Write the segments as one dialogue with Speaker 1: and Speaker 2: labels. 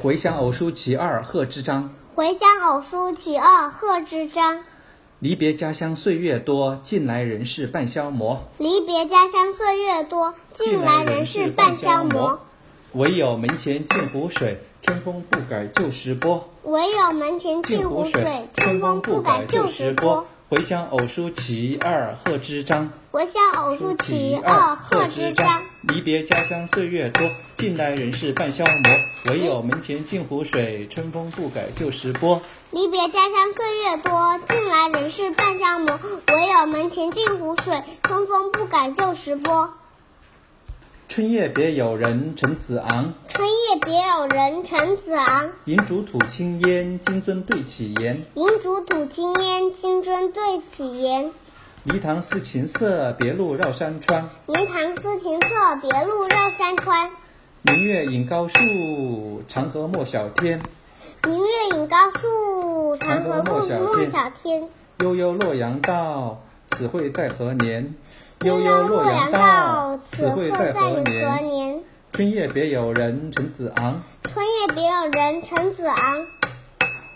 Speaker 1: 回乡偶书其二》贺知章。
Speaker 2: 《回乡偶书其二》贺知章。
Speaker 1: 离别家乡岁月多，近来人事半消磨。
Speaker 2: 离别家乡岁月多，近来人事半消磨。
Speaker 1: 唯有门前镜湖水，春风不改旧时波。
Speaker 2: 唯有门前镜湖水，春风不改旧时波。
Speaker 1: 《回乡偶书其二》贺知章。
Speaker 2: 《回乡偶书其二》贺知章。
Speaker 1: 离别家乡岁月多，近来人事半消磨。唯有门前镜湖水，春风不改旧时波。
Speaker 2: 离别家乡岁月多，近来人事半消磨。唯有门前镜湖水，春风不改旧时波。
Speaker 1: 春夜别有人，陈子昂。
Speaker 2: 春夜别有人，陈子昂。
Speaker 1: 银烛吐青烟，金樽对绮颜。
Speaker 2: 银烛吐青烟，金樽对绮颜。
Speaker 1: 泥塘似琴瑟，别路绕山川。
Speaker 2: 泥塘似琴瑟，别路绕山川。
Speaker 1: 明月引高树，长河莫晓天。
Speaker 2: 明月引高树，长河
Speaker 1: 莫
Speaker 2: 晓天。
Speaker 1: 悠悠洛阳道，此会在何年？
Speaker 2: 悠悠洛阳道，
Speaker 1: 此会在
Speaker 2: 何
Speaker 1: 年？春夜别有人，陈子昂。
Speaker 2: 春夜别有人，陈子昂。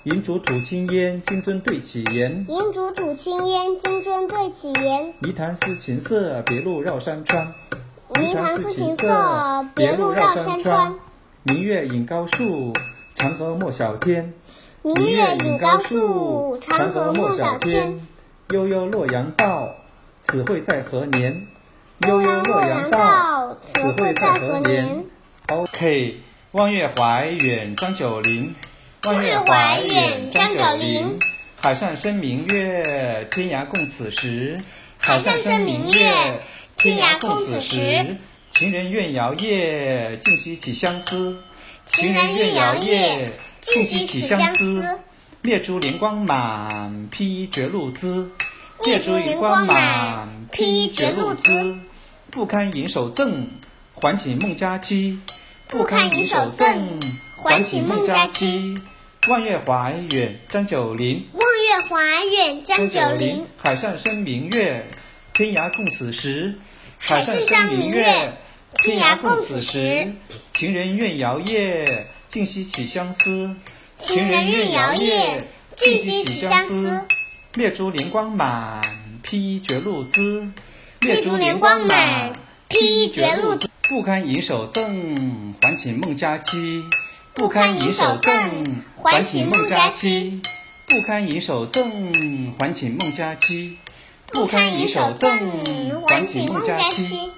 Speaker 1: 银烛吐青烟，金樽对绮颜。
Speaker 2: 银烛吐青烟，金樽对绮颜。
Speaker 1: 泥潭思琴瑟，别路绕山川。
Speaker 2: 泥潭思琴瑟，别路绕山川。
Speaker 1: 明月引高树，长河莫晓天。
Speaker 2: 明月引高树，长河莫晓天。
Speaker 1: 悠悠洛阳道。此会在何年？
Speaker 2: 悠悠洛阳道，此会在何年
Speaker 1: ？OK，望月怀远张九龄，
Speaker 2: 望月怀远张九龄。
Speaker 1: 海上生明月，天涯共此时。
Speaker 2: 海上生明月，天涯共此时。
Speaker 1: 情人怨遥夜，竟夕起相思。
Speaker 2: 情人怨遥夜，竟夕起相思。
Speaker 1: 灭烛怜光满，披衣觉露滋。
Speaker 2: 夜烛余光满，披衣觉露滋。
Speaker 1: 不堪盈手赠，还寝梦佳期。
Speaker 2: 不堪盈手赠，还寝梦佳期。
Speaker 1: 望月怀远张九龄，
Speaker 2: 望月怀远张九龄。
Speaker 1: 海上生明月，天涯共此时。
Speaker 2: 海上生明月，天涯共此时。
Speaker 1: 情人怨遥夜，竟夕起相思。
Speaker 2: 情人怨遥夜，竟夕起相思。
Speaker 1: 灭烛怜光满，披衣觉露滋。
Speaker 2: 灭烛怜光满，披衣觉露滋。
Speaker 1: 不堪盈手赠，还寝梦佳期。
Speaker 2: 不堪盈手赠，还寝梦佳期。
Speaker 1: 不堪盈手赠，还寝梦佳期。
Speaker 2: 不堪盈手赠，还寝梦佳期。